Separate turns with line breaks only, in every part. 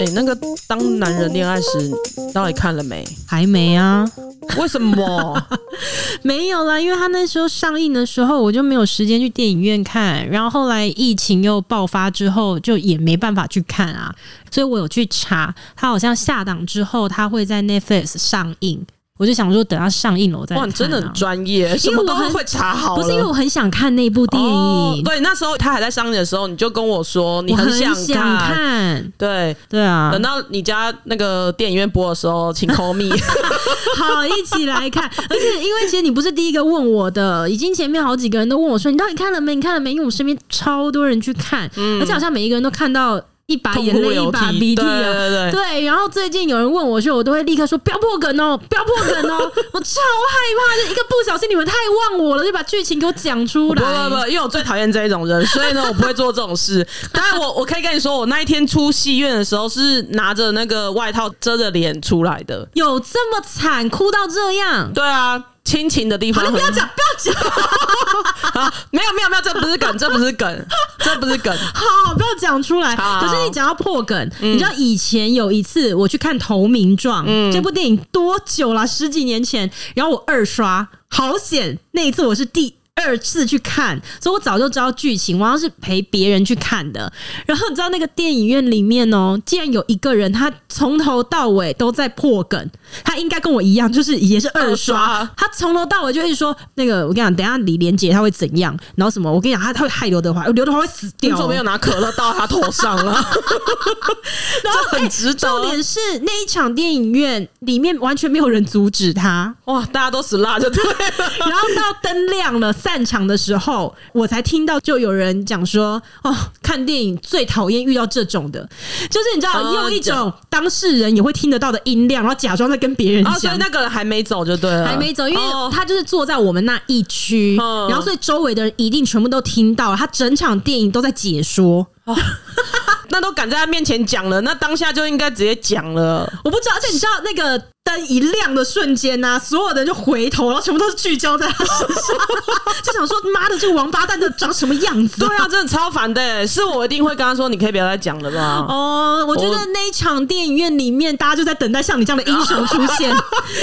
哎、那个当男人恋爱时，到底看了没？
还没啊，
为什 么？
没有啦，因为他那时候上映的时候，我就没有时间去电影院看，然后后来疫情又爆发之后，就也没办法去看啊，所以我有去查，他好像下档之后，他会在 Netflix 上映，我就想说等他上映了我再看、
哇，
啊。
你真的很专业，什么都会查好
不
了。
是因为我很想看那部电影，
哦对，那时候他还在上映的时候，你就跟我说你
我很
想
想看，
对，
对啊，
等到你家那个电影院播的时候，请 call me。
好，一起来看。而且因为其实你不是第一个问我的，已经前面好几个人都问我说你到底看了没？你看了没？因为我身边超多人去看，而且好像每一个人都看到一把
嗯痛
眼
哭
泪一
流
把
涕
鼻涕
对
啊。
对对对，
对，然后最近有人问我说，我都会立刻说不要破梗哦，不要破梗哦，我超害怕，就一个不小心你们太忘我了，就把剧情给我讲出
不
来。
不不，因为我最讨厌这一种人，所以呢，我不会做这种事。 当然，我我可以跟你说，我那一天出戏院的时候是拿着那个外套遮着脸出来的。
有这么惨，哭到这样？
对啊，亲情的地
好
方
了，
很。
不要讲，不要讲，
啊！ 没有没有没有，这不是梗，这不是梗， 这不是梗。
好，不要讲出来。
好
可是你讲到破梗，你知道以前有一次我去看《投名状》这部电影多久了？十几年前，然后我二刷，好险！那一次我是第。二次去看，所以我早就知道剧情，我好像是陪别人去看的。然后你知道那个电影院里面哦、竟然有一个人，他从头到尾都在破梗。他应该跟我一样，就是也是二刷，
二刷
他从头到尾就一直说那个，我跟你讲，等一下李连杰他会怎样，然后什么，我跟你讲，他他会害刘德华，刘德华会死
你
掉。
怎么没有拿可乐倒他头上了？ 然后哎很值得。
重点是那一场电影院里面完全没有人阻止 他，
哇，大家都死辣就对 了。
然后到灯亮了散场的时候，我才听到就有人讲说：“哦，看电影最讨厌遇到这种的，就是你知道，
哦
用一种当事人也会听得到的音量，然后假装在跟别人
然哦后所以
讲。”
那个人还没走就对了，
还没走，因为
哦
他就是坐在我们那一区，
哦
然后所以周围的人一定全部都听到了，他整场电影都在解说。
那都敢在他面前讲了，那当下就应该直接讲了。
我不知道，而且你知道那个灯一亮的瞬间呐、所有的人就回头，然后全部都是聚焦在他身上， 就想说：“妈的，这个王八蛋的长什么样子
对？”啊，真的超烦的、是我一定会跟他说，你可以不要再讲了 吧。
哦，我觉得那一场电影院里面，大家就在等待像你这样的英雄出 现。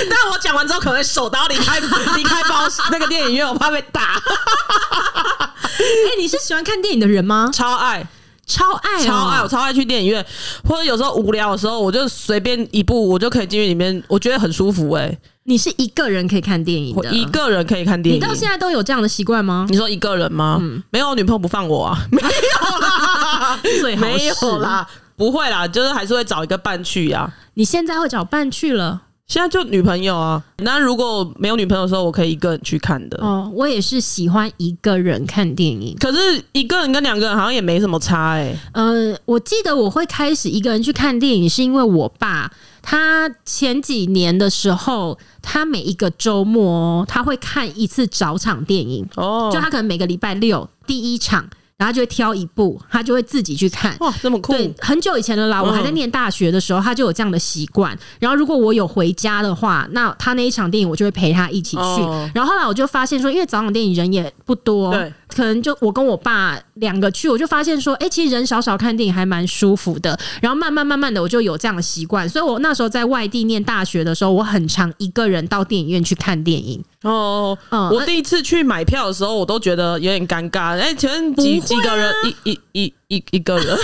但我讲完之后，可能会手刀离开离开包那个电影院，我怕被打。
哎、你是喜欢看电影的人吗？
超爱，
超爱、哦，
超爱，我超爱去电影院，或者有时候无聊的时候，我就随便一部，我就可以进去里面，我觉得很舒服、哎，
你是一个人可以看电影
我
的，
一个人可以看电
你
影。
到现在都嗯有这样的习惯吗？
你说一个人吗？没有，我女朋友不放我 啊，没有啦，
最好是
没有啦，不会啦，就是还是会找一个伴去呀、
你现在会找伴去了
现在就女朋友啊，那如果没有女朋友的时候，我可以一个人去看的。
哦。我也是喜欢一个人看电影。
可是一个人跟两个人好像也没什么差哎、
呃，我记得我会开始一个人去看电影，是因为我爸他前几年的时候，他每一个周末哦他会看一次早场电影。
哦，
就他可能每个礼拜六第一场，然后他就会挑一部，他就会自己去看。
哇，这么酷，
对，很久以前的啦，我还在
嗯
念大学的时候，他就有这样的习惯。然后如果我有回家的话，那他那一场电影我就会陪他一起去。
哦
然后后来我就发现说，因为早场电影人也不多
对，
可能就我跟我爸两个去，我就发现说，哎、其实人少少看电影还蛮舒服的。然后慢慢慢慢的，我就有这样的习惯。所以我那时候在外地念大学的时候，我很常一个人到电影院去看电影。
哦，
嗯
我第一次去买票的时候，我都觉得有点尴尬。哎、请问几、
不啊
几个人？一一一一一个人，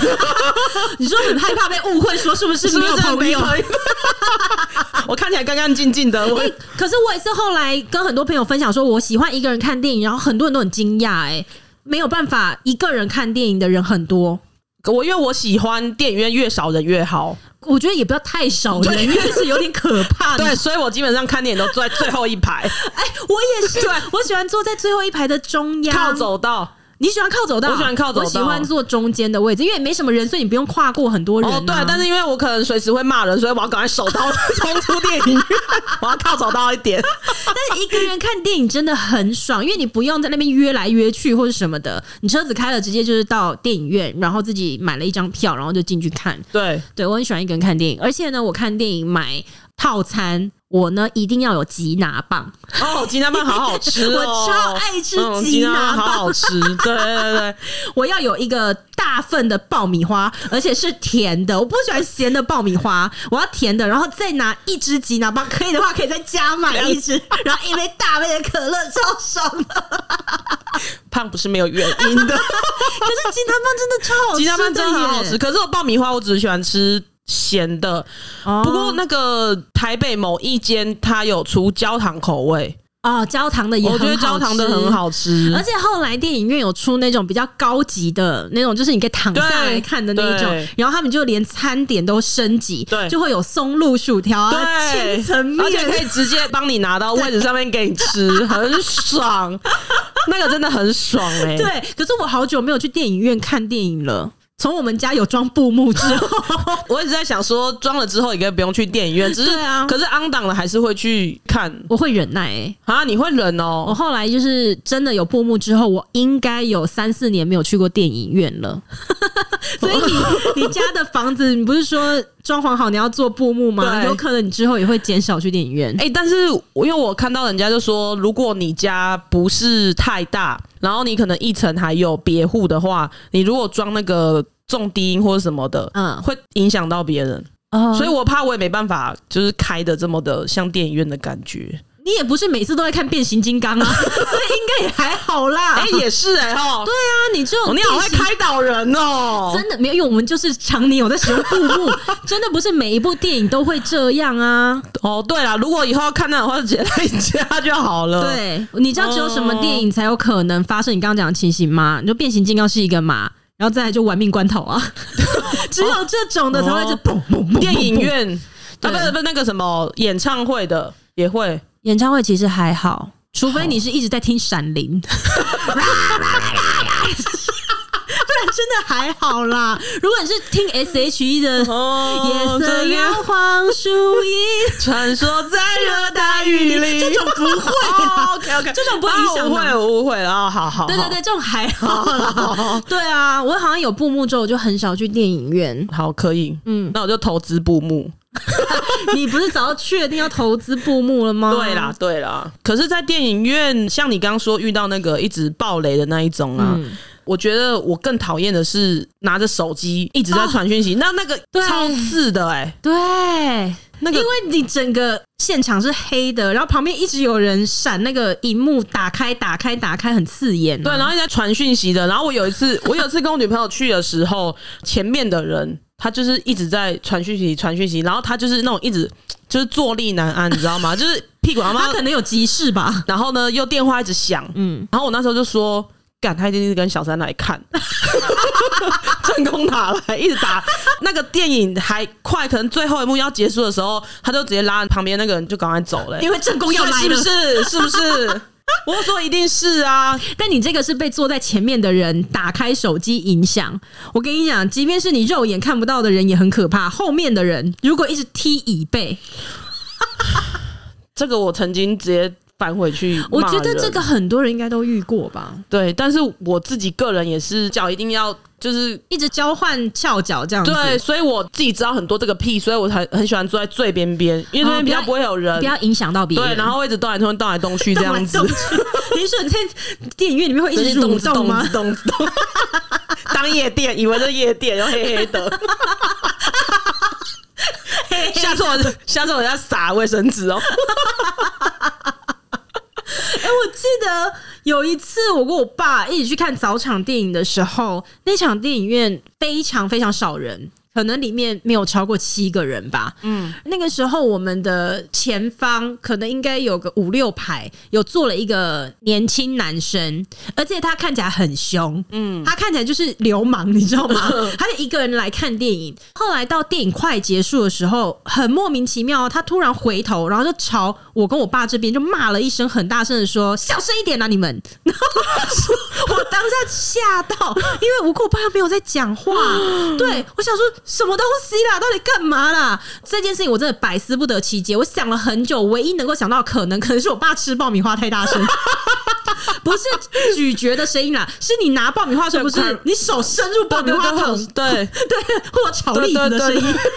你说很害怕被误会，说是不是
是不
没有
是
朋
没
友
有？朋友 我看起来干干净净的，我
欸可是我也是后来跟很多朋友分享说，我喜欢一个人看电影，然后很多人都很惊讶，哎，没有办法，一个人看电影的人很多。
我因为我喜欢电影院越少人越好，
我觉得也不要太少人，因为是有点可 怕的。
对，所以我基本上看电影都坐在最后一 排，
哎、我也是，我喜欢坐在最后一排的中央，
靠。走道。
你喜欢靠走道？
我喜欢靠走道
我喜欢坐中间的位置，因为没什么人，所以你不用跨过很多人啊、
哦，对，但是因为我可能随时会骂人，所以我要赶快手刀 冲出电影院， 我要靠走到一点。
但是一个人看电影真的很爽，因为你不用在那边约来约去或者什么的，你车子开了直接就是到电影院，然后自己买了一张票，然后就进去看。
对，
对我很喜欢一个人看电影，而且呢，我看电影买套餐。我呢一定要有吉拿棒，
哦，吉拿棒好好吃哦，
我超爱吃
嗯
吉拿
棒，
棒
好好吃。对对对，
我要有一个大份的爆米花，而且是甜的，我不喜欢咸的爆米花，我要甜的，然后再拿一只吉拿棒，可以的话可以再加买一只，然后一杯大杯的可乐，超爽的。
胖不是没有原因 的，
可是吉拿棒真哦的超好吃，
吉拿棒真的好好吃。。可是我爆米花，我只喜欢吃咸的。
哦
不过那个台北某一间，它有出焦糖口味，
哦，焦糖的也
我觉得
很好
焦糖的很
吃。
好吃
而。且后来电影院有出那种比较高级的那种，就是你可以躺下来看的那
对
一种，然后他们就连餐点都升级，
对
就会有松露薯条啊、
对，
千层面，
而且可以直接帮你拿到位置上面给你 吃，很爽。那个真的很爽哎、
对，可是我好久没有去电影院看电影了。从我们家有装布幕之 后，
我一直在想说，装了之后也可以不用去电影院，只是
对啊
可是昂档了还是会去看
我会忍耐、欸。
啊。你会忍哦、
我后来就是真的有布幕之后，我应该有三四年没有去过电影院 了。所以你你家的房子，你不是说装潢好你要做布幕吗？
对
有可能你之后也会减少去电影院。
哎、但是我因为我看到人家就说，如果你家不是太大，然后你可能一层还有别户的话，你如果装那个重低音或者什么的，
嗯
会影响到别人。
哦
所以我怕我也没办法，就是开的这么的像电影院的感觉。
你也不是每次都在看变形金 刚啊，所以应该也还好啦。
哎、也是哎、哦，
啊对啊，你这
哦
种
你好会
变形
开导人哦、
真的没有，因为我们就是常年有 在使用布幕，真的不是每一部电影都会这样啊。
哦，对了，如果以后要看那种话，就直接来你家就好了。。
对，你知道只有什么
哦
电影才有可能发生你刚刚讲的情形吗？你就变形金刚是一个嘛，然后再来就玩命关头 啊，只有这种的才会一直
哦
砰砰砰砰。
电影
砰
院，啊，
对
不是不是那个什么演唱会的也会，
演唱会其实还好，除非你是一直在听《闪灵》， 不然真的还好啦。如果你是听 S.H.E 的。
哦
夜色摇晃树荫，
穿梭在热带雨林，这种不会 OK OK，
这种不会影响
误
吗
会我误会了啊，好 好，
对对对，这种还好
哦
啦。对啊，我好像有布幕之后，我就很少去电影院。
好，好可以，
嗯，
那我就投资布幕。
你不是早就确定要投资布幕了吗？
对啦，，对啦，可是，在电影院，像你刚刚说遇到那个一直爆雷的那一种啊，
嗯
我觉得我更讨厌的是拿着手机一直在传讯息，那那个
啊对
超刺的哎、
对，
那个
因为你整个现场是黑的，然后旁边一直有人闪那个荧幕，打开、打开、打开，很刺眼、啊
对，然后一直在传讯息的。然后我有一次， 我有一次跟我女朋友去的时候，前面的人他就是一直在传讯息，传讯息，然后他就是那种一直就是坐立难安，你知道吗？ 就是屁股然后
他可能有急事 吧。
然后呢又电话一直响，
嗯，
然后我那时候就说。干，他一定是跟小三来看， 正宫打来，一直打。那个电影还快，可能最后一幕要结束的时候，他就直接拉旁边那个人就赶快走了、欸。
因为正 宫要来
是不
了。
是？是不是？我就说一定是啊，
但你这个是被坐在前面的人打开手机影响。我跟你讲，即便是你肉眼看不到的人也很可怕。后面的人如果一直踢椅背，
这个我曾经直接翻回去骂人。
我觉得这个很多人应该都遇过吧。
对，但是我自己个人也是脚一定要就是。
一直交换翘脚这样子，
对，所以我自己知道很多这个屁，所以我才很喜欢坐在最边边，因为那边比较不会有人。
哦不要影响到别人。
对，然后会一直动来动去，动来动去这样子
动来，动去你是说你在电影院里面会一直
动
蠕动吗？
动动， 当夜店，以为是夜店，然后黑黑的。 下次我下次我要撒卫生纸哦。
哎、我记得有一次我跟我爸一起去看早场电影的时候，那场电影院非常非常少人。可能里面没有超过七个人吧。嗯，那个时候我们的前方可能应该有个五六排，有坐了一个年轻男生，而且他看起来很凶。嗯，他看起来就是流氓，你知道吗？他就一个人来看电影。后来到电影快结束的时候，很莫名其妙哦，他突然回头，然后就朝我跟我爸这边就骂了一声，很大声的说：“小声一点啊，你们！”然后我当下吓到，因为我跟我爸没有在讲话，对我想说什么东西啦，到底干嘛啦？这件事情我真的百思不得其解。我想了很久，唯一能够想到的可能可能是我爸吃爆米花太大声。不是咀嚼的声音啦，是你拿爆米花的时候，不
对
是你手伸入 爆米花桶，
对，
对，或炒栗子的声音，
对对对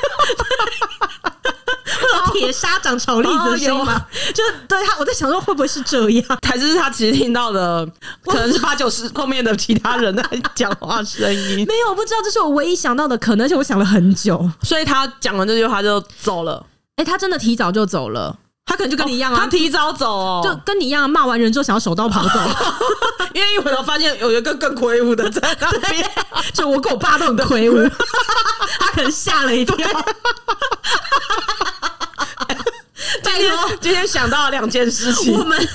或有铁砂掌炒栗子的声音吗？就是对他，我在想说会不会是这样？
还是他其实听到 的可能是八九十后面的其他人在讲话声音，
没有，我不知道，这是我唯一想到的可能，而且我想了很久。
所以他讲完这句话就走了。
哎、他真的提早就走了，他可能就跟你一样
哦他
啊，
提早走哦，
就跟你一样骂完人之后想要手刀跑走。
因为一回头发现有一个更魁梧的在那 边，
就我跟我爸都很魁梧，他可能吓了一跳。
今天今天想到了两件事情
我，们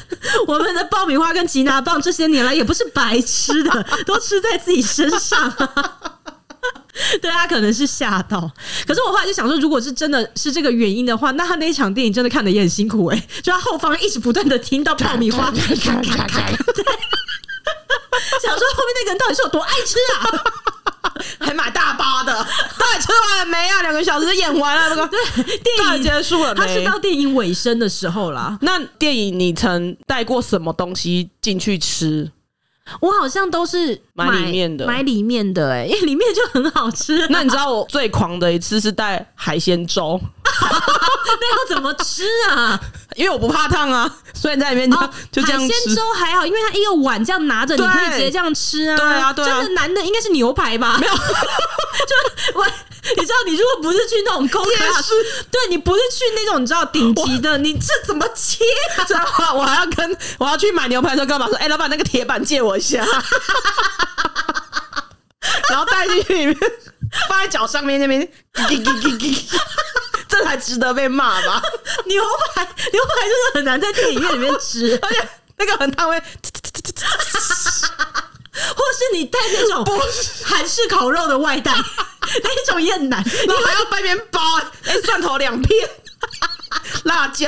我们的爆米花跟吉拿棒这些年来也不是白吃的，都吃在自己身上、啊。对他可能是吓到，可是我后来就想说，如果是真的是这个原因的话，那他那一场电影真的看的也很辛苦哎、就他后方一直不断的听到爆米花，想说后面那个人到底是有多爱吃啊？
还买大包 的，到底吃完了没啊？两个小时演完了，那 个到
电
底
影
结束了
他是
没？
到电影尾声的时候啦，
那电影你曾带过什么东西进去吃？
我好像都是
买里面的
买里面的、欸，哎，因为里面就很好吃、那
那你知道我最狂的一次是带海鲜粥，
那要怎么吃 啊？
因为我不怕烫啊， 所以在里面就、
哦，
就这样
海
吃
鲜。 粥还好，因为它一个碗这样拿着，你
对
可以直接这样吃啊。
对啊对啊
真的难的应该是牛排吧？没有， 就我。你知道，你如果不是去那种公开
夜，
对你不是去那种你知道顶级的，你这怎么切啊？
然后我还要跟我要去买牛排的时候，跟老板说：“哎、老板，那个铁板借我一下。” 然后带进去里面，放在脚上面那边， 叽叽叽叽叽这才值得被骂吧？
牛排， 牛排真的很难在电影院里面 吃，
而且那个很 烫会，
或是你带那种韩式烤肉的外 带，那种也很难。
然后还要掰面包，哎、蒜头两片， 辣椒，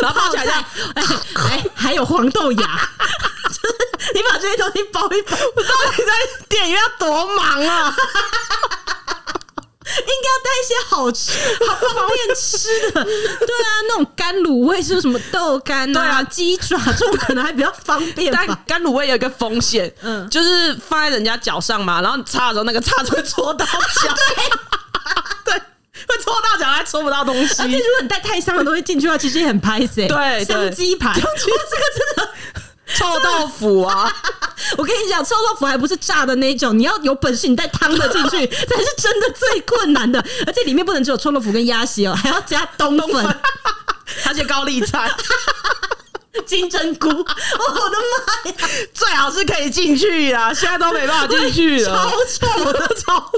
然后包
泡
起
菜
来这样。，
哎哎，还有黄豆芽， 就是你把这些东西包一包，
我到底在电影院要多忙啊？
应该要带一些好吃、好方便吃的。对啊，那种干卤味是什么豆干、
对啊
鸡爪这种可能还比较方便
但
吧。
干卤味有一个风险，
嗯
就是放在人家脚上嘛，然后你擦的时候，那个叉子会戳到脚，对，会戳到脚，还戳不到东
而且
西
如，果你带太香的东西进去的话，其实也很拍死、
对对
香鸡排，我这个真的，
臭豆腐啊，
我跟你讲，臭豆腐还不是炸的那种，你要有本事你带汤的进 去才是真的最困难的，而且里面不能只有臭豆腐跟鸭血哦，还要加冬粉。
而且高丽 菜，
金针 菇，哦我的妈呀，
最好是可以进去啊，现在都没办法进去
超
了。
臭的，超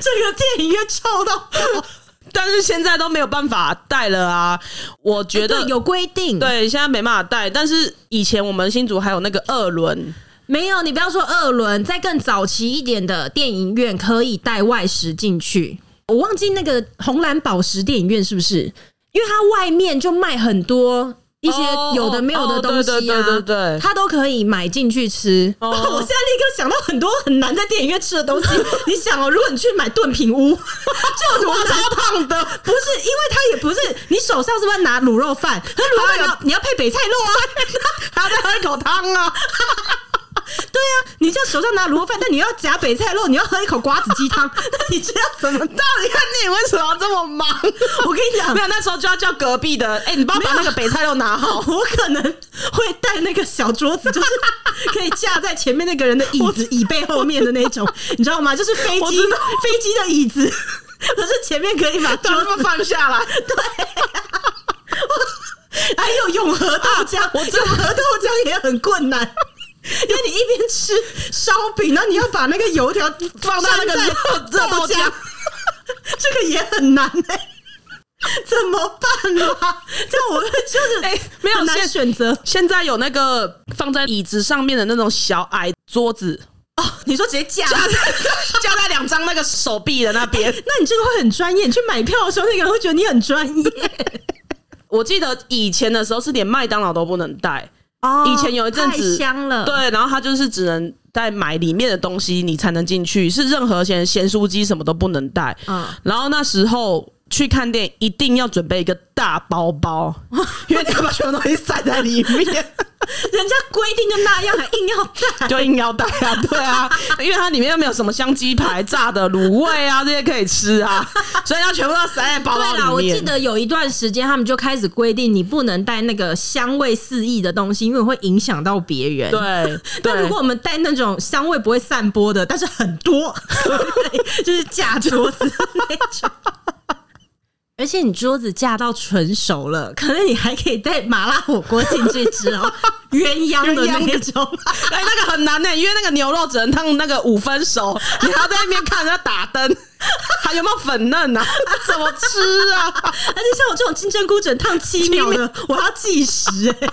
这个电影院臭到爆，
但是现在都没有办法带了啊！我觉得、
哎对有规定，，
哎对，现在没办法带。但是以前我们新竹还有那个二轮，
没有你不要说二轮，在更早期一点的电影院可以带外食进去，我忘记那个红蓝宝石电影院是不是？因为它外面就卖很多。一些
哦
有的没有的
哦
东西
对
啊，
对对对对
它都可以买进去吃。
哦
我现在立刻想到很多很难在电影院吃的东西。 你想哦，如果你去买炖品屋， 就有多
我
难
超胖的，
不是，因为他也不是你手上是不是拿卤肉饭？那卤肉
哎
饭你要你要配北菜肉啊，
还要再喝一口汤 啊！
对啊，你这样手上拿卤肉饭，但你要夹北菜肉，你要喝一口瓜子鸡汤， 那你这样怎么
到？底看电影为什么要这么忙？
我跟你讲
没，有，那时候就要叫隔壁的，哎、你帮我把那个北菜肉拿 好。
我可能会带那个小桌子， 就是可以架在前面那个人的椅子椅背后面的那种，你知道吗？就是飞
我
机
知道
飞机的椅子， 可是前面可以
把
把桌
他
子
们放下 来，
啊还有永和豆浆，
啊
我永和豆浆也很困 难，因为你一边吃烧饼，然后你要把那个油条放
放
到
到那
那个
个
热
热热
豆
豆
浆
浆，
这个也很难哎、怎么办啊？这样我就是
哎没有
很难
现
选择
现在有那个放在椅子上面的那种小矮桌子，
哦。你说直接架
架在 架在两张那个手臂的那边。
那你这个会很专业。你去买票的时候，那个人会觉得你很专业。
我记得以前的时候是连麦当劳都不能带，
哦
以前有一阵子
太香了，
对，然后他就是只能带买里面的东西你才能进去，是任何咸咸酥鸡什么都不能带。
嗯
然后那时候去看电影一定要准备一个大包包，因为你要把全部东西塞在里面，
人家规定就那样，还硬要 带。
就硬要带啊，对啊，因为它里面又没有什么香鸡排、炸的卤味啊这些可以吃啊， 所以它全部都塞在包
对啦，
包
我
里面。
记得有一段时间，他们就开始规定你不能带那个香味四溢的东西，因为会影响到别人。
对
那
对
如果我们带那种香味不会散播的，但是很 多，对就是架桌子那种。而且你桌子架到纯熟了，可能你还可以带麻辣火锅进去吃哦，鸳鸯的那种。
哎、那个很难呢、因为那个牛肉只能烫那个五分熟，你还要在那边看人家打灯， 还有没有粉嫩啊？ 怎么吃啊？
而且像我这种金针菇只能烫七 秒的，我还要计时、哎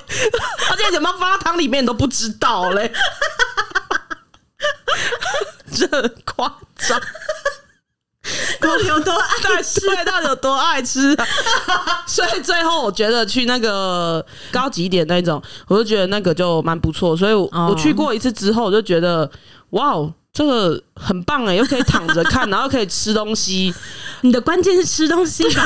而且有没有放到汤里面你都不知道嘞， 这很夸张。
到底有多爱
到底
吃？
对，到底有多爱吃、 啊？所以最后我觉得去那个高级一点那一种，我就觉得那个就蛮不错。所以我,、
哦
我去过一次之后，我就觉得哇哦，这个很棒哎、又可以躺着看， 然后可以吃东西。
你的关键是吃东西吧？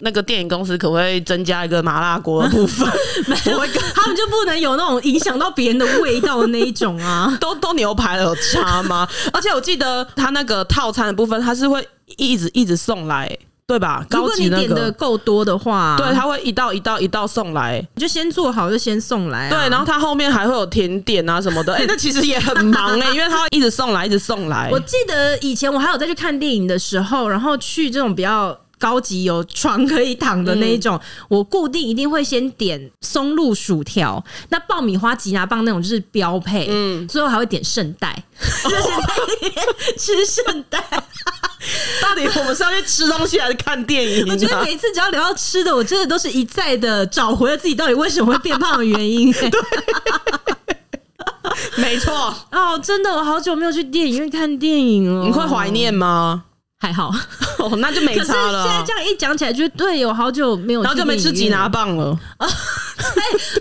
那个电影公司可不可以增加一个麻辣锅的部 分？我会跟
他们就不能有那种影响到别人的味道的那一种啊。
都都牛排了，有差吗？而且我记得他那个套餐的部分，他是会一直一直送来，对吧？
如
高
果
级
你
那
点的
个。
够多的话，
对，他会一道一道一道送来，
你就先做好，就先送来、啊。
对，然后他后面还会有甜点啊什么的，哎、那其实也很忙 哎、因为他会一直送来，一直送来
我。记得以前我还有再去看电影的时候，然后去这种比较高级有床可以躺的那一种，
嗯
我固定一定会先点松露薯条，那爆米花、吉拿棒那种就是标配，嗯，最后还会点圣代，
哦
就是在里面吃圣 代。
啊到底我们是要去吃东西还是看电影、啊？
我觉得每一次只要聊到吃的，我真的都是一再的找回了自己到底为什么会变胖的原因、欸。
没错，
哦，真的，我好久没有去电影院看电影了，
你会怀念吗？
还好。
哦，那就没
可是
差了
现在
啊、
这样一讲起来，就是对，有好久没有，
然后就没吃吉拿。棒了。
哎，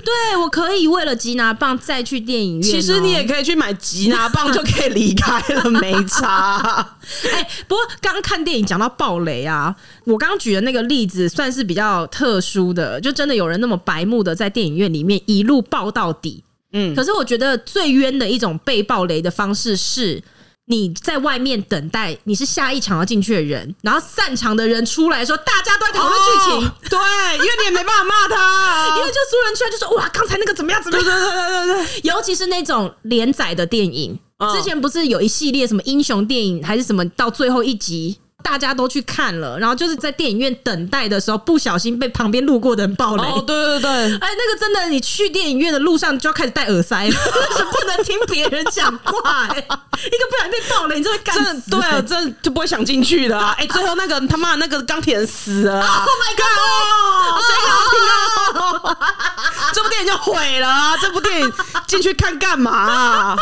对我可以为了吉拿棒再去电影院哦。
其实你也可以去买吉拿棒，就可以离开了，没 差。
哎、不过刚刚看电影讲到暴雷啊，我刚刚举的那个例子算是比较特殊的，就真的有人那么白目的在电影院里面一路爆到底。
嗯
可是我觉得最冤的一种被暴雷的方式是。你在外面等待，你是下一场要进去的人，然后散场的人出来说，大家都在讨论剧情，
哦对，因为你也没办法骂他、 啊，
因为就所有人出来就说哇，刚才那个怎么样怎么样，对对对对对，尤其是那种连载的电影，
嗯
之前不是有一系列什么英雄电影还是什么，到最后一集。大家都去看了，然后就是在电影院等待的时候，不小心被旁边路过的人爆雷。
哦，对对对，
哎，那个真的，你去电影院的路上就要开始戴耳塞了， 就是不能听别人讲话、哎，一个不小心被爆雷，你就会干
真
死
的对啊，真的就不会想进去的、啊。 哎、最后那个他妈那个钢铁人死了、啊
Oh my god！哦
谁敢听啊？这部电影就毁了、啊，这部电影进去看干嘛、 啊？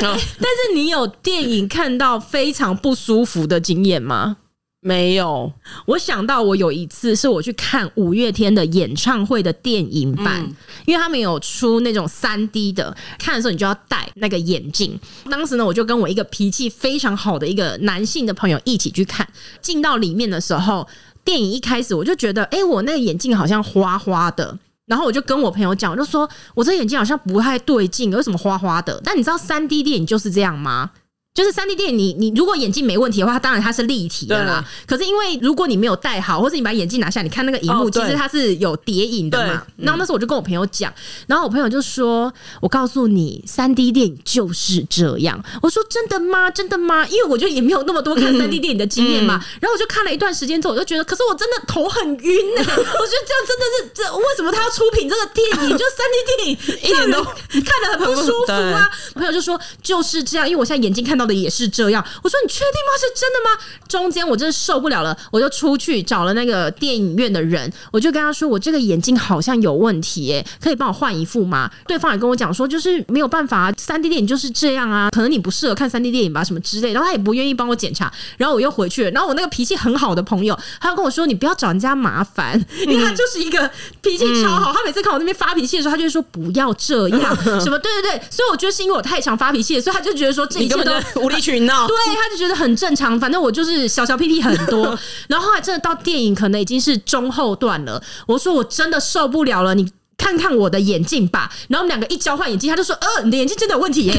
但是你有电影看到非常不舒服的经验吗？
没有，
我想到我有一次是我去看五月天的演唱会的电影版，因为他们有出那种三 D 的，看的时候你就要戴那个眼镜。当时呢，我就跟我一个脾气非常好的一个男性的朋友一起去看，进到里面的时候，电影一开始我就觉得，哎、我那个眼镜好像花花的。然后我就跟我朋友讲，我就说我这眼镜好像不太对劲，为什么花花的？但你知道三 D 电影就是这样吗？就是三 D 电影你，你如果眼镜没问题的话，它当然它是立体的啦。可是因为如果你没有戴好，或者你把眼镜拿下，你看那个荧幕，
哦
其
对
实它是有叠影的嘛。
对
然后那时候我就跟我朋友讲，然后我朋友就说：“我告诉你，三 D 电影就是这样。”我说：“真的吗？真的吗？”因为我就也没有那么多看三 D 电影的经验嘛。然后我就看了一段时间之后，我就觉得，可是我真的头很晕呢、我觉得这样真的是这为什么他要出品这个电影？就三 D 电影一点都看得很不舒服啊。朋友就说就是这样，因为我现在眼睛看到的也是这样。我说你确定吗？是真的吗？中间我真的受不了了，我就出去找了那个电影院的人，我就跟他说我这个眼睛好像有问题、耶，可以帮我换一副吗？对方也跟我讲说就是没有办法、啊，三 D 电影就是这样啊，可能你不适合看三 D 电影吧，什么之类的。然后他也不愿意帮我检查，然后我又回去了。然后我那个脾气很好的朋友，他就跟我说你不要找人家麻烦，因为他就是一个脾气超好。他每次看我那边发脾气的时候，他就会说不要这样，什么对对对。所以我觉得是因为我太常发脾气了，所以他就觉得说这一
你
切
根
都
本就无理取闹
对，，他就觉得很正常，反正我就是小小屁屁很多。然后后来真的到电影可能已经是中后段了，我说我真的受不了了，你看看我的眼镜吧。然后我们两个一交换眼镜，他就说：“呃，你的眼镜真的有问题耶、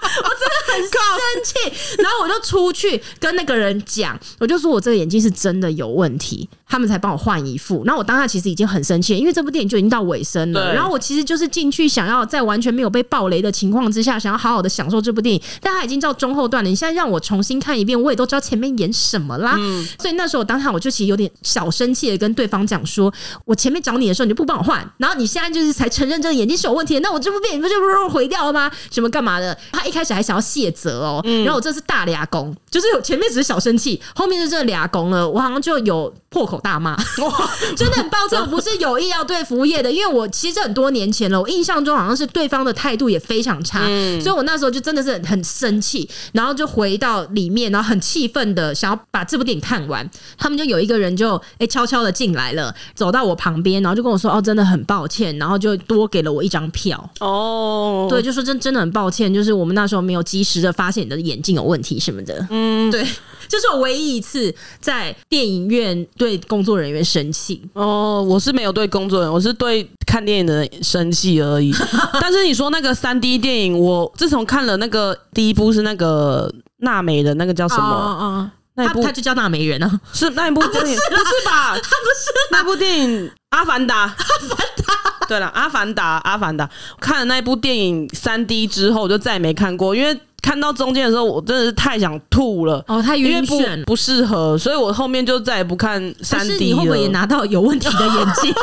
我真的很生气。然后我就出去跟那个人讲，我就说我这个眼镜是真的有问题，他们才帮我换一副。然后我当下其实已经很生气了，因为这部电影就已经到尾声了。
对
然后我其实就是进去想要在完全没有被暴雷的情况之下，想要好好的享受这部电影，但它已经到中后段了。你现在让我重新看一遍，我也都知道前面演什么啦。所以那时候我当下我就其实有点小生气的跟对方讲说，我前面找你的时候你就不帮我换，然后你现在就是才承认这个眼睛是有问题，那我这部电影不就毁掉了吗？什么干嘛的？他一开始还想要谢责哦，然后我这是大俩公，就是我前面只是小生气，后面是真的俩公了，我好像就有破口大骂。
哇，
真的很抱歉，我不是有意要对服务业的，因为我其实很多年前了，我印象中好像是对方的态度也非常差，
嗯
所以我那时候就真的是很很生气，然后就回到里面，然后很气愤的想要把这部电影看完。他们就有一个人就哎、诶悄悄的进来了，走到我旁边，然后就跟我说：“哦，真的很抱歉。”然后就多给了我一张票。
哦，
对，，就说真真的很抱歉，就是我们那时候没有及时的发现你的眼镜有问题什么的。
嗯，
对，这是我唯一一次在电影院对工作人员生气。
哦，我是没有对工作人员，我是对看电影的人生气而 已。但是你说那个三 D 电影，我自从看了那个第一部是那个娜美的那个叫什么？
哦哦哦
那一
他
部
他就叫娜美人啊，
是那一部电影？ 不是吧？
他不是
那部电影《阿凡达》，阿凡达，对了，《阿凡达》，《阿凡达》，看了那部电影三 D 之后，我就再也没看过，因为看到中间的时候，我真的是太想吐了。
哦，太
因为
晕
不
眩了。
不适合，所以我后面就再也不看
可
三
是
D
你会
了。
不会也拿到有问题的眼 镜？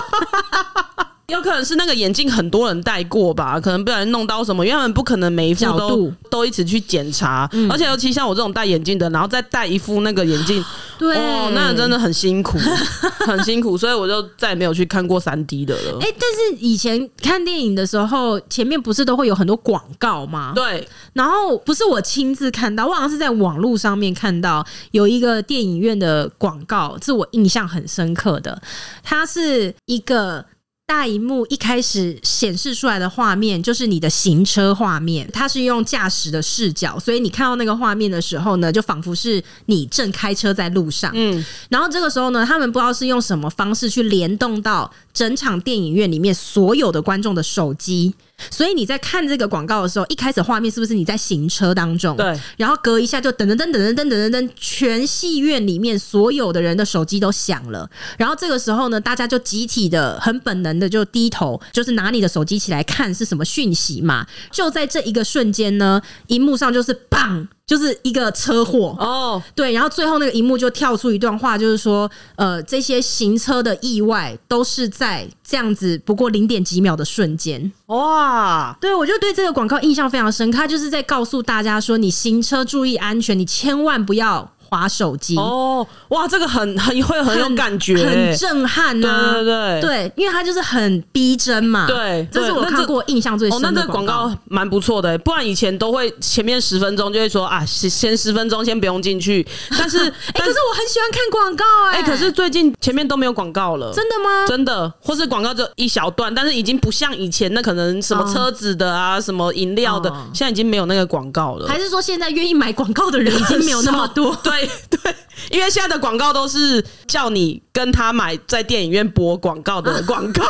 有可能是那个眼镜很多人戴过吧，可能不小心弄到什么，因为他们不可能每一副
角
都
度
都一直去检查，
嗯
而且尤其像我这种戴眼镜的，然后再戴一副那个眼 镜，
对，
哦，那真。的很辛 苦，很辛苦，所以我就再也没有去看过三 D 的了。
哎、但是以前看电影的时候，前面不是都会有很多广告吗？
对，
然后不是我亲自看到，我好像是在网络上面看到有一个电影院的广告，是我印象很深刻的。它是一个大荧幕一开始显示出来的画面，就是你的行车画面，它是用驾驶的视角，所以你看到那个画面的时候呢，就仿佛是你正开车在路上。
嗯，
然后这个时候呢，他们不知道是用什么方式去联动到整场电影院里面所有的观众的手机，所以你在看这个广告的时候，一开始画面是不是你在行车当中？
对，
然后隔一下就噔噔噔噔噔噔噔噔噔，全戏院里面所有的人的手机都响了。然后这个时候呢，大家就集体的很本能的就低头，就是拿你的手机起来看是什么讯息嘛。就在这一个瞬间呢，荧幕上就是砰，就是一个车祸。
哦，
对，然后最后那个荧幕就跳出一段话，就是说，呃，这些行车的意外都是在这样子不过零点几秒的瞬间。
哇，
对，我就对这个广告印象非常深刻，它就是在告诉大家说，你行车注意安全，你千万不要划手机。
哦，哇，这个很很会很有感觉、欸
很震撼呐、
对对对
对，因为它就是很逼真嘛。
对
这是
对
我
那
看
这
过印象最
哦，
深
那这
的
个广告蛮不错的、不然以前都会前面十分钟就会说啊，先先十分钟先不用进去， 但是
哎、
但
可是我很喜欢看广告哎、
哎、可是最近前面都没有广告了，
真的吗？
真的，或是广告就一小段，但是已经不像以前那可能什么
哦
车子的啊，什么饮料的，
哦
现在已经没有那个广告了。？
还是说现在愿意买广告的人已经没有那么多
对对，因为现在的广告都是叫你跟他买在电影院播广告的广告，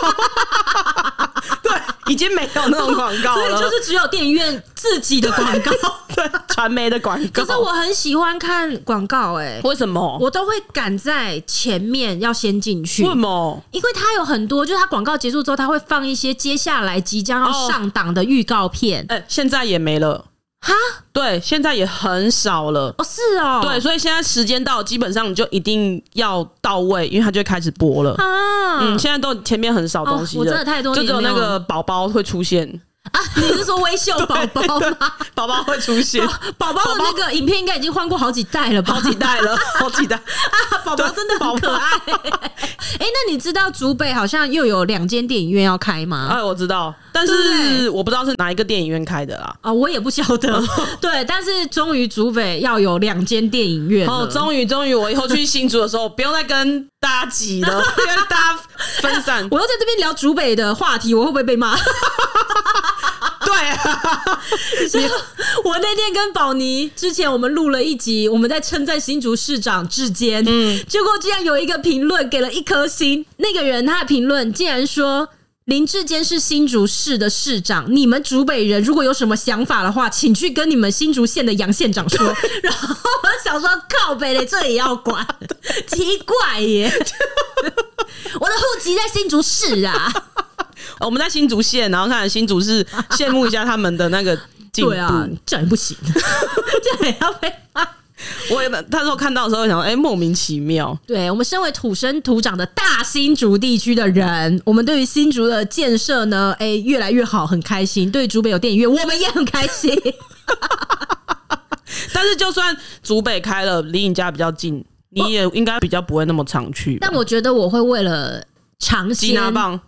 对，已经没有那种广告
所以
了，
就是只有电影院自己的广告。
对传媒的广告。
可是我很喜欢看广告、哎，
为什么？
我都会赶在前面要先进去
为。什么？
因为它有很多，就是它广告结束之后，它会放一些接下来即将要
哦
上档的预告片。
哎、现在也没了，
哈，
对，现在也很少了。
哦，是哦，
对，所以现在时间到了，基本上你就一定要到位，因为它就会开始播了。
啊，
嗯，现在都前面很少东西
哦我
了
真的太多
就
年
只有
没
那
有
个宝宝会出现，
啊，你是说微秀宝 宝吗？
宝宝会出现，
宝宝的那个影片应该已经换过好几代了吧？
好几代 了，好几代。
啊， 宝宝真的很可爱。哎、那你知道竹北好像又有两间电影院要开吗？
哎，我知道，但
对
是我不知道是哪一个电影院开的啦。
啊、我也不晓得。 对，但是终于竹北要有两间电影院
哦，
了。
终于终于，我以后去新竹的时候，不用再跟大家挤 了，因为大家分散。
我要在这边聊竹北的话题，我会不会被骂？
对啊，
你知道 我那天跟宝妮之前我们录了一集，我们在称赞新竹市长志坚，嗯，结果竟然有一个评论给了一颗星，那个人他的评论竟然说。林志坚是新竹市的市长，你们竹北人如果有什么想法的话，请去跟你们新竹县的杨县长说。 然后我想说，靠北嘞，这也要管，奇怪 耶！我的户籍在新竹市啊，
我们在新竹县，然后看新竹市，羡慕一下他们的那个进步。
对啊，这样也不行， 这样也要被骂。
我也那时候看到的时候想说，哎、莫名其妙。
对我们身为土生土长的大新竹地区的人，我们对于新竹的建设呢，哎、越来越好，很开心。对于竹北有电影院，我们也很 开心。
但是就算竹北开了，离你家比较近，你也应该比较不会那么常去吧。
但我觉得我会为了尝鲜，
吉拿，棒，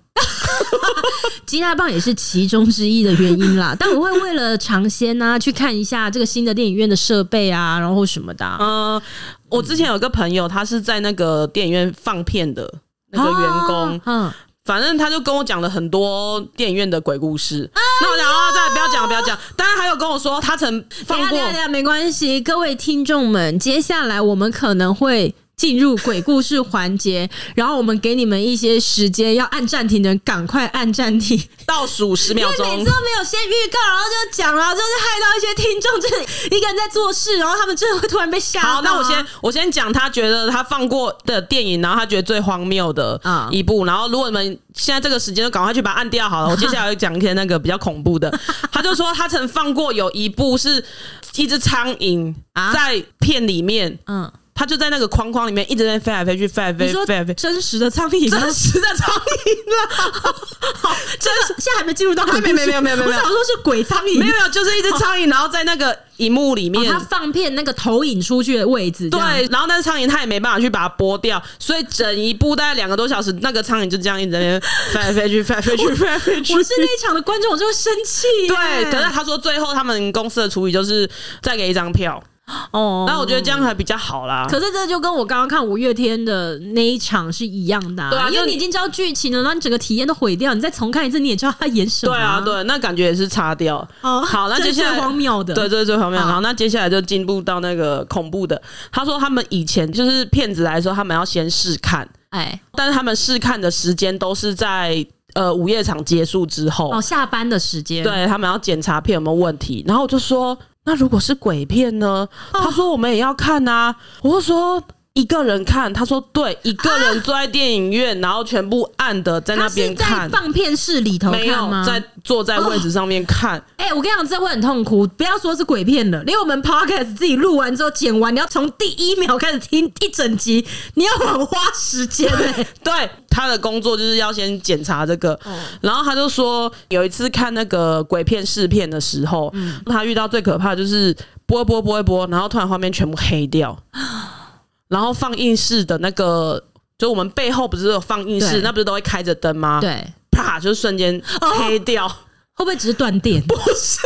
吉拿棒也是其中之一的原因啦。 但我会为了尝鲜啊，去看一下这个新的电影院的设备啊，然后什么的啊、
嗯、我之前有个朋友，他是在那个电影院放片的那个员工，
啊
反正他就跟我讲了很多电影院的鬼故事。那我讲啊，再来不要讲，不要讲。当然还有跟我说，他曾
等一
放
下
过
等一下等一下没关系，各位听众们，接下来我们可能会。进入鬼故事环节，然后我们给你们一些时间，要按暂停的人赶快按暂停， 因
倒数十秒
为每
钟
次。都没有先预告，然后就讲了，就是害到一些听众，真的一个人在做事，然后他们真的会突然被吓到啊、
好，那我先我先讲他觉得他放过的电影，然后他觉得最荒谬的
啊
一部。然后如果你们现在这个时间就赶快去把它按掉好了，我接下来会讲一些那个比较恐 怖的。他就说他曾放过有一部是一只苍蝇
啊
在片里面，
嗯，
它就在那个框框里面一直在飞来飞去，飞来
你
飞
说
飞来飞去。
真实的苍蝇吗，
真实的苍蝇啦，
真的现在还没进入到
还没
鬼故事
没有没有没有
我
没有
想说是鬼苍蝇，
没有没有，就是一只苍蝇，然后在那个荧幕里面，
哦，他放片那个投影出去的位置，这样
对，然后但是苍蝇它也没办法去把它剥掉，所以整一部大概两个多小时，那个苍蝇就这样一直在那 边飞来飞去，飞来飞去，飞来飞去
我。是那一场的观众，我就会生气耶。
对，可是他说最后他们公司的处理就是再给一张票，
哦，
那我觉得这样还比较好啦。
可是这就跟我刚刚看五月天的那一场是一样的、
对啊
因
就
为
你
你已经知道剧情了，然后你整个体验都毁掉，你再重看一次，你也知道他演什么、
对啊，，对，那感觉也是擦掉。
哦，
好，那
这
接
是
下
最
来
荒谬的，
对，这是最荒谬的。
好
好，那接下来就进步到那个恐怖的。他说他们以前就是骗子来说，他们要先试看，
哎，
但是他们试看的时间都是在呃午夜场结束之后。
哦，下班的时间，，
对他们要检查片有没有问题，然后我就说，那如果是鬼片呢？
哦
他说我们也要看啊，我就说。一个人看，他说对，一个人坐在电影院，然后全部暗的在那
他是
边
在
看，
放片室里头
没
看
有
吗？
在坐在位置上面看，
哎、我跟你讲，这会很痛苦。不要说是鬼片了，连我们 podcast 自己录完之后剪完，你要从第一秒开始听一整集，你要很花时间哎、
对，他的工作就是要先检查这个。
哦
然后他就说，有一次看那个鬼片试片的时候，
嗯
他遇到最可怕的就是播一播播一播，然后突然画面全部黑 掉，然后放映室的那个。就我们背后不是有放映
对
室，那不是都会开着灯吗？，
对，哦嗯
啪，就瞬间黑掉。
会不会只是断电？不是，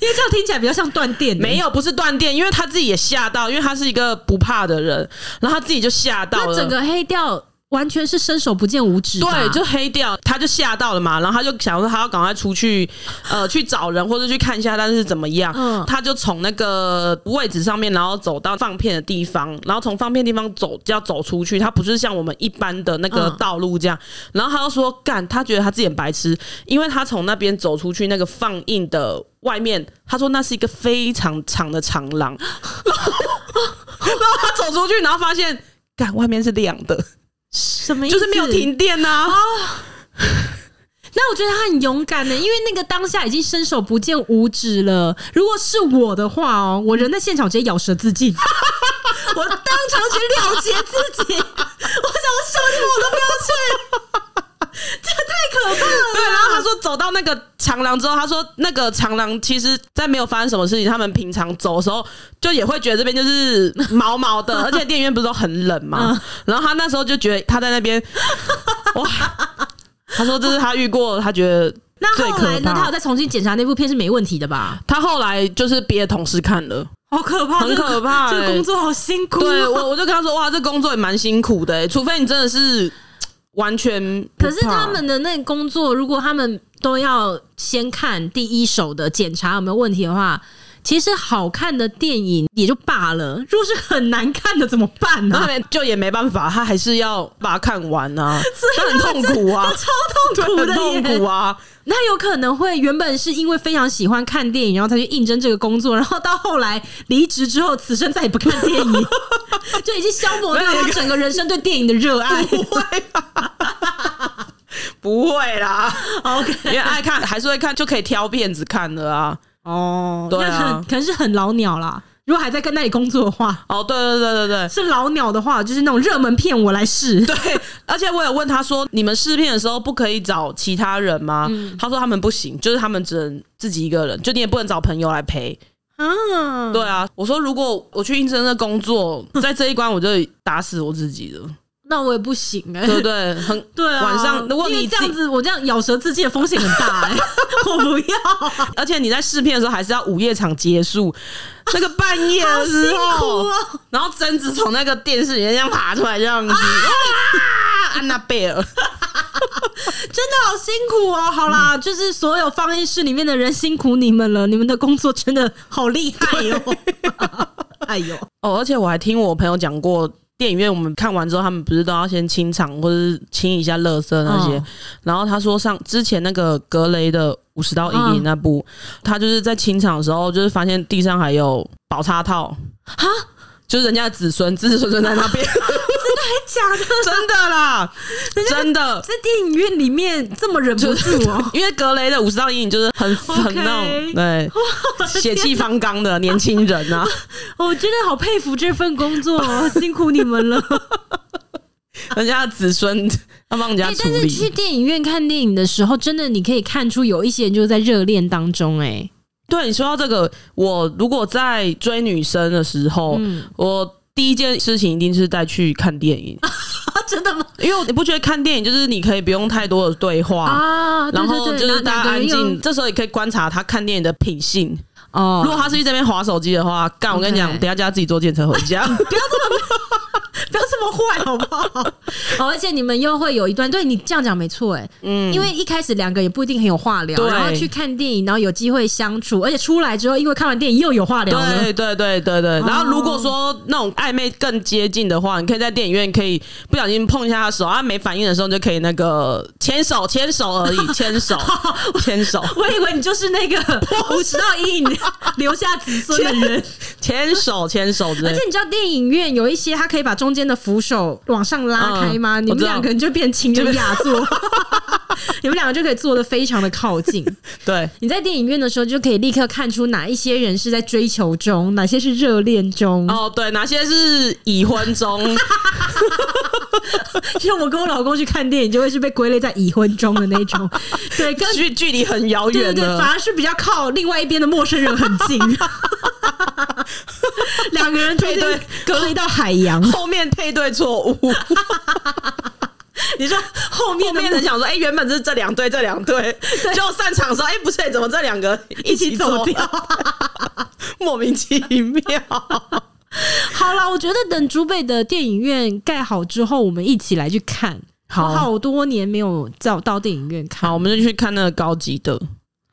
因为这样听起来比较像断电、
没
有，
有，不是断电，因为他自己也吓到，因为他是一个不怕的人，然后他自己就吓到
那
了。
整个黑掉完全是伸手不见五指吧。
对，就黑掉，他就吓到了嘛，然后他就想说他要赶快出去，呃，去找人或者去看一下，但是怎么样？
嗯
他就从那个位置上面，然后走到放片的地方，然后从放片地方走就要走出去，他不是像我们一般的那个
嗯
道路这样。然后他就说干，他觉得他自己很白痴，因为他从那边走出去那个放映的外面，他说那是一个非常长的长 廊，然后他走出去，然后发现。干，外面是亮的，
什么意思？
就是没有。停电啊呐、
哦那我觉得他很勇敢的、因为那个当下已经伸手不见五指了。如果是我的话哦，我人在现场直接咬舌自 尽。我当场去了结自己，我想我什么地方我都不要去，这太可怕 了。
对，然后他说走到那个长廊之后，他说那个长廊其实，在没有发生什么事情，他们平常走的时候，就也会觉得这边就是 毛毛 的，而且电影院不是都很冷
嗯
嘛。然后他那时候就觉得他在那边，哇， 他说这是他遇过，他觉得
那
最
后来
可
呢？他有
怕。
再重新检查那部片是没问题的吧？
他后来就是别的同事看了，
好可怕
很
啊这个
可怕
这个
欸
工作好辛苦哦。
对我我就跟他说，哇，这工作也蛮辛苦的、欸，除非你真的是完全不
可是
怕
他们的那个工作，如果他们都要先看第一手的检查有没有问题的话。其实好看的电影也就罢了，如果是很难看的怎么办呢、
然后他们就也没办法，他还是要把它看完 啊，他很痛苦啊，
超痛苦
很
的耶
痛苦啊。
那有可能会原本是因为非常喜欢看电影，然后才去应征这个工作，然后到后来离职之后，此生再也不看电 影，就已经消磨掉他整个人生对电影的热爱。
不会啦，因
OK，
为爱看还是会看，就可以挑片子看的啊。
哦
对啊
那可能可能是很老鸟啦。如果还在跟那里工作的话，
哦，对对对对 对，
是老鸟的话，就是那种热门片我来试。
对，而且我有问他说，你们试片的时候不可以找其他人吗？
嗯
他说他们不行，就是他们只能自己一个人，就你也不能找朋友来陪。
啊，
对啊，我说如果我去应征的工作，在这一关我就打死我自己了，
那我也不行哎、
对不对？很
对啊，
晚上如果
因为
你
这
自己
样子，我这样咬舌自尽的风险很大 哎、我不要，
而且你在试片的时候还是要午夜场结束，那个半夜的时
好辛
候，
苦哦
然后贞子从那个电视里面这样爬出来，这样子，啊 安娜贝尔，
真的好辛苦哦。好
嗯
啦，就是所有放映室里面的人辛苦你们了，你们的工作真的好厉害 哦。哎呦，
哦，而且我还听我朋友讲过，电影院我们看完之后，他们不是都要先清场或者是清一下垃圾那些。
嗯
然后他说上之前那个格雷的《五十道阴影》那部，他就是在清场的时候，就是发现地上还有宝叉套啊，就是人家的子孙，子子孙孙在那边，
假的，
真的啦， 真的。
在电影院里面这么忍不住哦。
因为格雷的《五十道阴影》就是很很那种
OK
对 血气方刚的年轻人啊，
我真的好佩服这份工作哦，辛苦你们了。
人家的子孙要帮人家
哎
处
但是去
理，
电影院看电影的时候，真的你可以看出有一些人就是在热恋当中、哎，
对你说到这个，我如果在追女生的时候，
嗯
我第一件事情一定是带去看电 影，
啊，真的吗？
因为你不觉得看电影就是你可以不用太多的对话，
啊，对
然后
对对
就是
哪
大家
哪个
安
人用
静，这时候也可以观察他看电影的品性。
哦。
如果他是去这边划手机的话，干我跟你讲，
OK
等一下叫他自己坐电车回家。
不要这么坏好不好？ 哦，而且你们又会有一段，对你这样讲没错哎、
嗯
因为一开始两个也不一定很有话聊，
对
然后去看电影，然后有机会相处，而且出来之后，因为看完电影又有话聊了。
对对对对对，然后如果说那种暧昧更接近的话，你可以在电影院可以不小心碰一下他的手，他没反应的时候你就可以那个牵手牵手而已，牵 手牵手
我以为你就是那 个五十道阴影留下子孙的人，
牵手牵手之类
而且
的。
你知道电影院有一些，它可以把中间的扶手往上拉开吗？
嗯
你
我
们
知道
两个人就变情人雅座， 你们两个就可以坐的非常的靠近。
对，
你在电影院的时候就可以立刻看出哪一些人是在追求中，哪些是热恋中。
哦对，哪些是已婚中？
像我跟我老公去看电影，就会是被归类在已婚中的那 种，对，跟
距距离很遥
对对
远
对，
的
反。而是比较靠另外一边的陌生人很 近，两个人中
对对
间隔了一道海洋。
后面配对错 误，后
你说后面的
面人想说，哎、原本是这两对，这两对，就散场说，哎、不对，怎么这两个一
一起
起
走
走
掉？
莫名其妙。
好啦，我觉得等竹北的电影院盖好之后，我们一起来去看。
好
我好多年没有到到电影院看。
好，我们就去看那个高级的。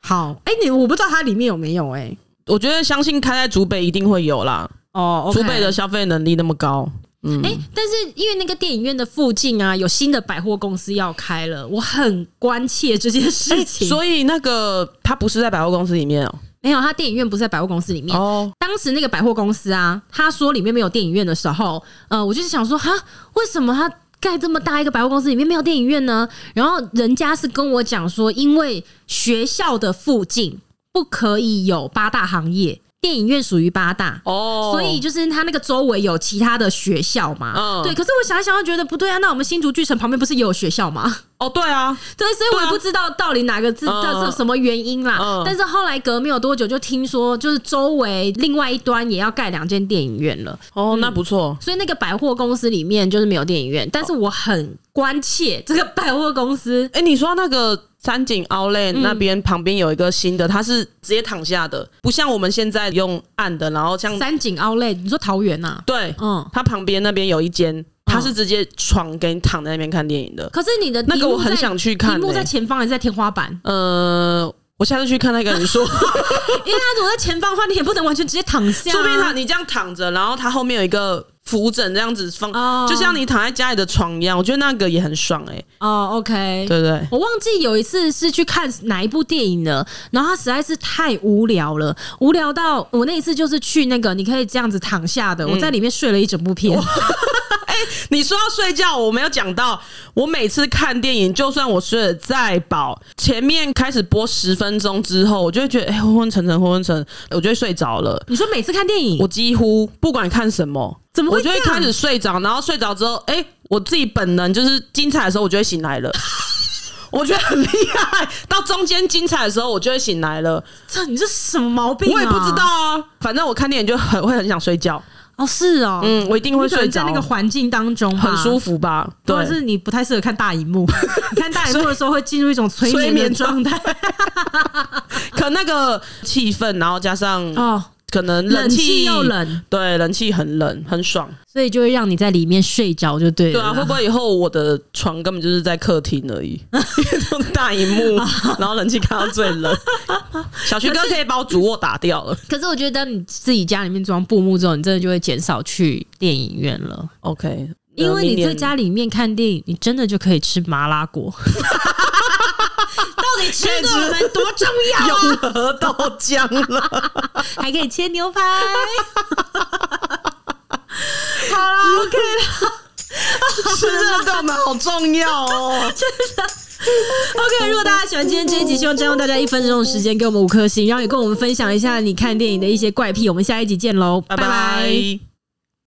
好，哎、你我不知道它里面有没有哎、
我觉得相信开在竹北一定会有啦，
哦
竹北的消费能力那么高，嗯，
哎、但是因为那个电影院的附近啊，有新的百货公司要开了，我很关切这件事情。
哎所以那个他不是在百货公司里面哦、
没有，他电影院不是在百货公司里面。
哦，
当时那个百货公司啊，他说里面没有电影院的时候，呃，我就是想说，哈，为什么他盖这么大一个百货公司里面没有电影院呢？然后人家是跟我讲说，因为学校的附近不可以有八大行业，电影院属于八大。
哦，
所以就是他那个周围有其他的学校嘛，
嗯
对。可是我想一想，又觉得不对啊。那我们新竹巨城旁边不是也有学校吗？
哦，对啊，
对，所以我也
对啊
不知道到底哪个字
嗯
到底是什么原因啦。
嗯
但是后来隔没有多久，就听说就是周围另外一端也要盖两间电影院了，
哦，那不错，
所以那个百货公司里面就是没有电影院。但是我很关切这个百货公司
哎、你说那个三井奥莱那边旁边有一个新的，它是直接躺下的，不像我们现在用按的，然后像
三井奥莱，你说桃园呐、
对，
嗯，
它旁边那边有一间他是直接床给你躺在那边看电影的。
可是你的
那个
荧幕
我很
在
想去看
荧幕
欸
在前方还是在天花板？
呃，我下次去看他跟你 说，说
因为他如果在前方的话，你也不能完全直接躺下、啊。
不定他你这样躺着，然后他后面有一个扶枕这样子放，
哦
就像你躺在家里的床一样，我觉得那个也很爽哎、
哦，OK，
对不对？
我忘记有一次是去看哪一部电影了，然后它实在是太无聊了，无聊到我那一次就是去那个你可以这样子躺下的，我在里面睡了一整部片。
你说要睡觉，我没有讲到。我每次看电影，就算我睡得再饱，前面开始播十分钟之后，我就会觉得哎、昏昏沉沉，昏昏沉，我就会睡着了。
你说每次看电影，
我几乎不管看什么，
怎么会
我就会
这样
开始睡着，然后睡着之后，哎、我自己本能就是精彩的时候，我就会醒来了。我觉得很厉害，到中间精彩的时候，我就会醒来了。
这你这什么毛病、啊？
我也不知道啊，反正我看电影就很会很想睡觉。
哦，是哦，
嗯，我一定
你
会
可能
睡
在
着，
那个环境当中
很舒
服。
服吧？
或
对
者，是你不太适合看大荧幕，你看大荧幕的时候会进入一种 催
催
眠
眠
的状态。
可那个气氛，然后加上
哦，
可能
冷
气
气又，冷，
对，冷气很冷，很爽。
所以就会让你在里面睡着，就对了
对
啦。
啊，会不会以后我的床根本就是在客厅而已， 因为都是大荧 幕，然后冷气开到最冷。小徐哥可以把我主卧打掉了。
可是我觉得，当你自己家里面装布幕之后，你真的就会减少去电影院了，
OK，
因为你
明年
在家里啊面看电影，你真的就可以吃麻辣锅。到底吃对我们多重要啊？
呃永和豆浆 了。
还可以切牛 排。好啦，OK 啦
吃这对我们好重要哦。
，OK。如果大家喜欢今天这一集，希望占用大家一分钟的时间，给我们五颗星，然后也跟我们分享一下你看电影的一些怪癖。我们下一集见喽，
拜
拜拜
拜。